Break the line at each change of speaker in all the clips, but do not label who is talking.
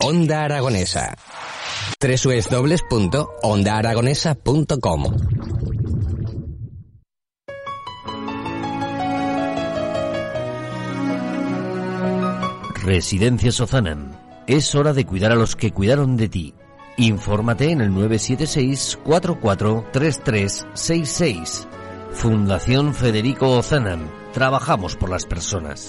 Onda Aragonesa. www.ondaaragonesa.com
Residencia Sozanan. Es hora de cuidar a los que cuidaron de ti. Infórmate en el 976-443366. Fundación Federico Ozanan. Trabajamos por las personas.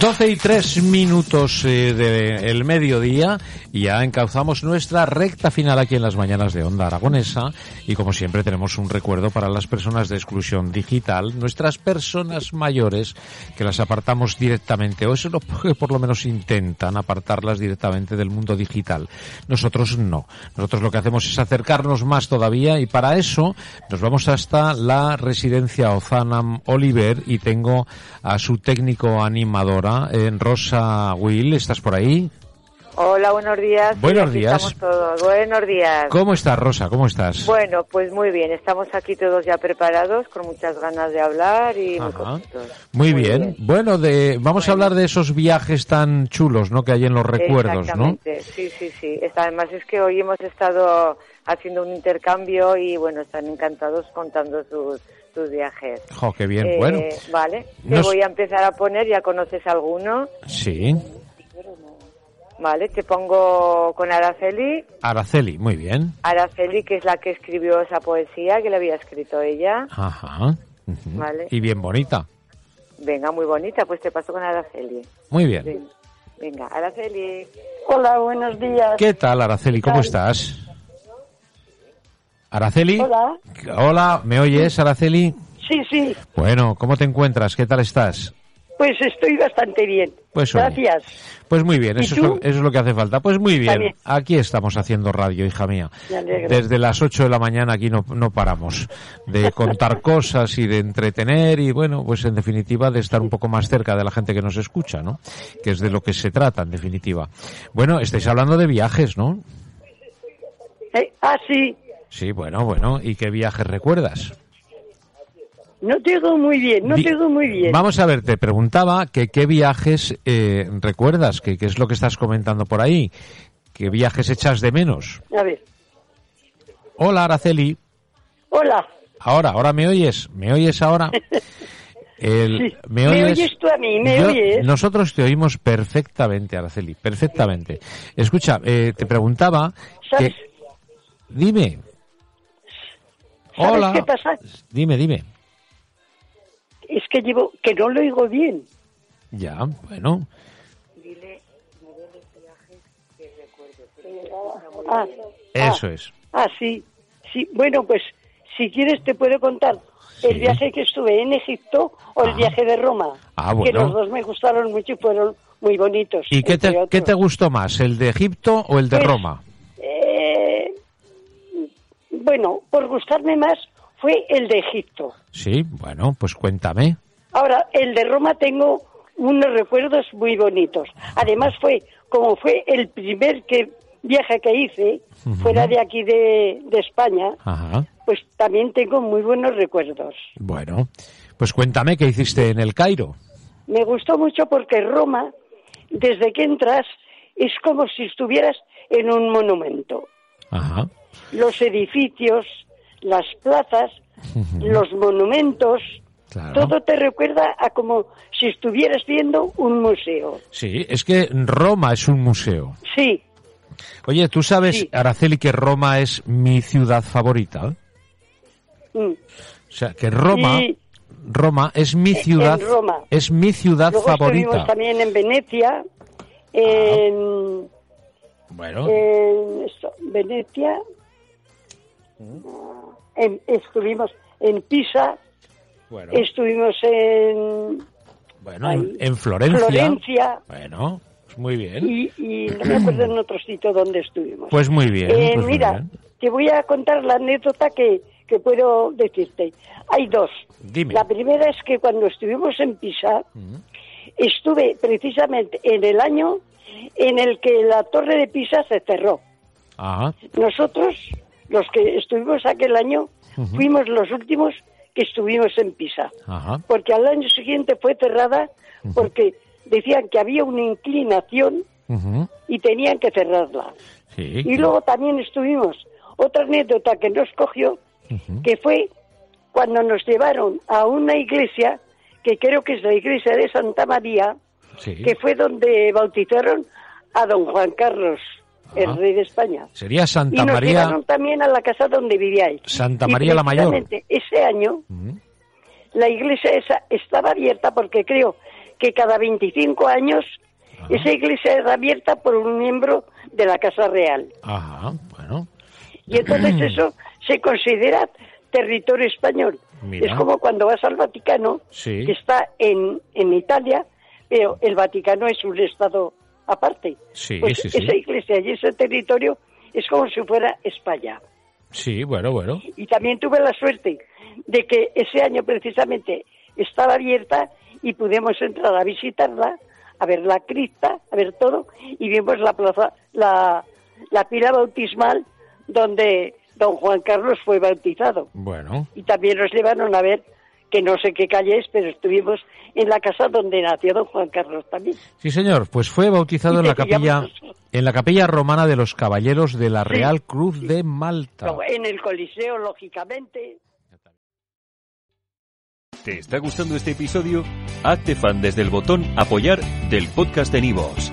Doce y tres minutos eh, del mediodía y ya encauzamos nuestra recta final aquí en las mañanas de Onda Aragonesa y como siempre tenemos un recuerdo para las personas de exclusión digital, nuestras personas mayores que las apartamos directamente o eso es lo que por lo menos intentan apartarlas directamente del mundo digital. Nosotros no. Nosotros lo que hacemos es acercarnos más todavía y para eso nos vamos hasta la residencia Ozanam Oliver y tengo a su técnico animadora, eh, Rosa Will. ¿Estás por ahí?
Hola, buenos días.
Buenos
Aquí
días.
Estamos todos. Buenos días.
¿Cómo estás, Rosa? ¿Cómo estás?
Bueno, pues muy bien, estamos aquí todos ya preparados, con muchas ganas de hablar y muy
Ajá.
contentos.
Muy bien. Bueno, de, vamos a hablar de esos viajes tan chulos, ¿no? Que hay en los recuerdos, ¿no?
Exactamente, sí, sí, sí. Esta- Además es que hoy hemos estado haciendo un intercambio y bueno, están encantados contando sus, sus viajes.
Jo, qué bien.
Eh,
bueno,
Vale, te
Nos-
voy a empezar a poner, ya conoces alguno,
sí.
¿vale? Te pongo con Araceli,
Araceli, muy bien.
Araceli que es la que escribió esa poesía, que la había escrito ella.
Ajá. Ujú.
Vale.
Y bien bonita.
Venga, muy bonita, pues te paso con Araceli.
Muy bien.
Ven- Venga, Araceli.
Hola, buenos días.
¿Qué tal, Araceli? ¿Cómo
Tal.
estás? Araceli.
Hola.
Hola, ¿me oyes, Araceli?
Sí, sí,
Bueno, ¿cómo te encuentras? ¿Qué tal estás?
pues estoy bastante bien.
Pues, oye.
Gracias.
Pues muy bien,
¿Y
eso es, lo,
tú?
eso es lo que hace falta. Pues muy bien,
También.
aquí estamos haciendo radio, hija mía.
Me alegro.
Desde las 8 de la mañana aquí no, no paramos de contar cosas y de entretener y bueno, pues en definitiva de estar un poco más cerca de la gente que nos escucha, ¿no? Que es de lo que se trata, en definitiva. Bueno, estáis hablando de viajes, ¿no?
Eh, ah, sí,
Sí, bueno, bueno. ¿Y qué viajes recuerdas?
no te oigo muy bien, no
Di-
te oigo muy bien.
Vamos a ver, te preguntaba que qué viajes eh, recuerdas, que qué es lo que estás comentando por ahí, qué viajes echas de menos.
A ver,
Hola, Araceli.
hola.
Ahora, ahora me oyes, me oyes ahora. El-
Sí. ¿Me oyes tú a mí? ¿Me
Pues Yo-
oyes?
Nosotros te oímos perfectamente, Araceli, perfectamente. Escucha, eh, te preguntaba que,
¿Sabes,
dime,
sabes
hola,
qué pasa?
dime, dime.
Es que llevo, que no lo oigo bien.
Ya, bueno,
Ah,
eso es.
ah, sí, sí. Bueno, pues si quieres te puedo contar
Sí.
el viaje que estuve en Egipto o el
Ah.
viaje de Roma.
Ah,
Que
bueno.
los dos me gustaron mucho y fueron muy bonitos.
¿Y qué te,
entre
qué te
otros.
gustó más, el de Egipto o el de
Pues,
Roma?
Eh, bueno, por gustarme más fue el de Egipto.
Sí, bueno, pues cuéntame.
Ahora, el de Roma tengo unos recuerdos muy bonitos. Además fue, como fue el primer que, viaje que hice
Ujú.
fuera de aquí de, de España,
Ajá,
pues también tengo muy buenos recuerdos.
bueno, pues cuéntame qué hiciste en el Cairo.
Me gustó mucho porque Roma, desde que entras, es como si estuvieras en un monumento.
Ajá,
los edificios, las plazas,
Ujú.
los monumentos,
Claro.
todo te recuerda a como si estuvieras viendo un museo.
sí, es que Roma es un museo.
Sí,
Oye, ¿tú sabes,
Sí.
Araceli, que Roma es mi ciudad favorita?
mm,
O sea, que Roma,
Sí.
Roma es mi
en
ciudad,
Roma.
es mi ciudad
luego
favorita. Ah.
estuvimos también en Venecia, en,
Bueno,
en esto, Venecia,
Mm.
en- estuvimos en Pisa,
bueno,
estuvimos en
bueno,
ahí.
en, en Florencia.
Florencia
Bueno, pues muy bien.
y, y no me acuerdo en otro sitio donde estuvimos.
Pues muy bien.
Eh,
pues muy
mira,
bien.
te voy a contar la anécdota que, que puedo decirte. Hay dos.
Dime.
La primera es que cuando estuvimos en Pisa, estuve precisamente en el año en el que la torre de Pisa se cerró.
Ajá.
Nosotros, los que estuvimos aquel año,
Ujú.
fuimos los últimos que estuvimos en Pisa.
Ajá.
Porque al año siguiente fue cerrada porque decían que había una inclinación
Ujú.
y tenían que cerrarla.
Sí.
Y luego también estuvimos. Otra anécdota que nos cogió,
Ujú.
que fue cuando nos llevaron a una iglesia, que creo que es la iglesia de Santa María,
Sí.
que fue donde bautizaron a don Juan Carlos,
Ajá.
el rey de España.
Sería
y
Santa
nos
María.
llevaron también a la casa donde vivía él.
Santa
Y
María la Mayor.
precisamente Ese año
Ujú.
la iglesia esa estaba abierta porque creo que cada 25 años esa iglesia era abierta por un miembro de la Casa Real.
Ajá. Bueno.
Y entonces eso se considera territorio español.
Mira.
Es como cuando vas al Vaticano,
Sí.
que está en, en Italia, pero el Vaticano es un estado aparte.
Sí,
Pues
sí, sí.
Esa iglesia y ese territorio es como si fuera España.
Sí, bueno, bueno.
Y también tuve la suerte de que ese año precisamente estaba abierta y pudimos entrar a visitarla, a ver la cripta, a ver todo, y vimos la plaza, la, la pila bautismal donde don Juan Carlos fue bautizado.
Bueno.
Y también nos llevaron a ver, que no sé qué calle es, pero estuvimos en la casa donde nació don Juan Carlos también.
Sí, señor. Pues fue bautizado
Y
en la
te
capilla
pillamos nosotros.
en la capilla romana de los caballeros de la
Sí,
Real Cruz de Malta.
En el Coliseo, lógicamente.
¿Te está gustando este episodio? Hazte fan desde el botón Apoyar del podcast de Nivos.